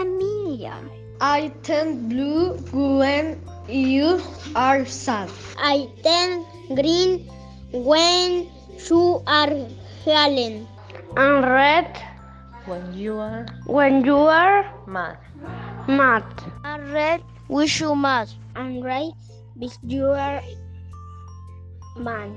Maria. I turn blue when you are sad. I turn green when you are yelling. and red when you are when you are mad. mad. And red wish you must. And gray because you are man.